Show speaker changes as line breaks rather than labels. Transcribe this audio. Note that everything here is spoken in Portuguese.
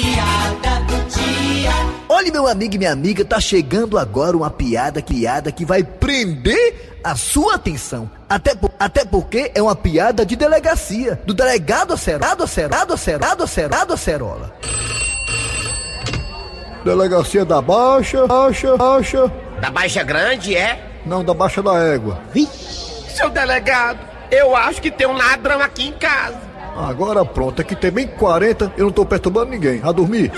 Piada do dia.
Olha, meu amigo e minha amiga, tá chegando agora uma piada, piada que vai prender a sua atenção. Até, po- até porque é uma piada de delegacia, do delegado Acerola, Acerola, Acerola, Acerola, Acerola. Delegacia da Baixa, Baixa, Baixa,
Da Baixa Grande, é?
não, da Baixa da Égua.
Seu delegado, eu acho que tem um ladrão aqui em casa.
é Agora pronto, aqui tem bem 40, eu não tô perturbando ninguém. A dormir.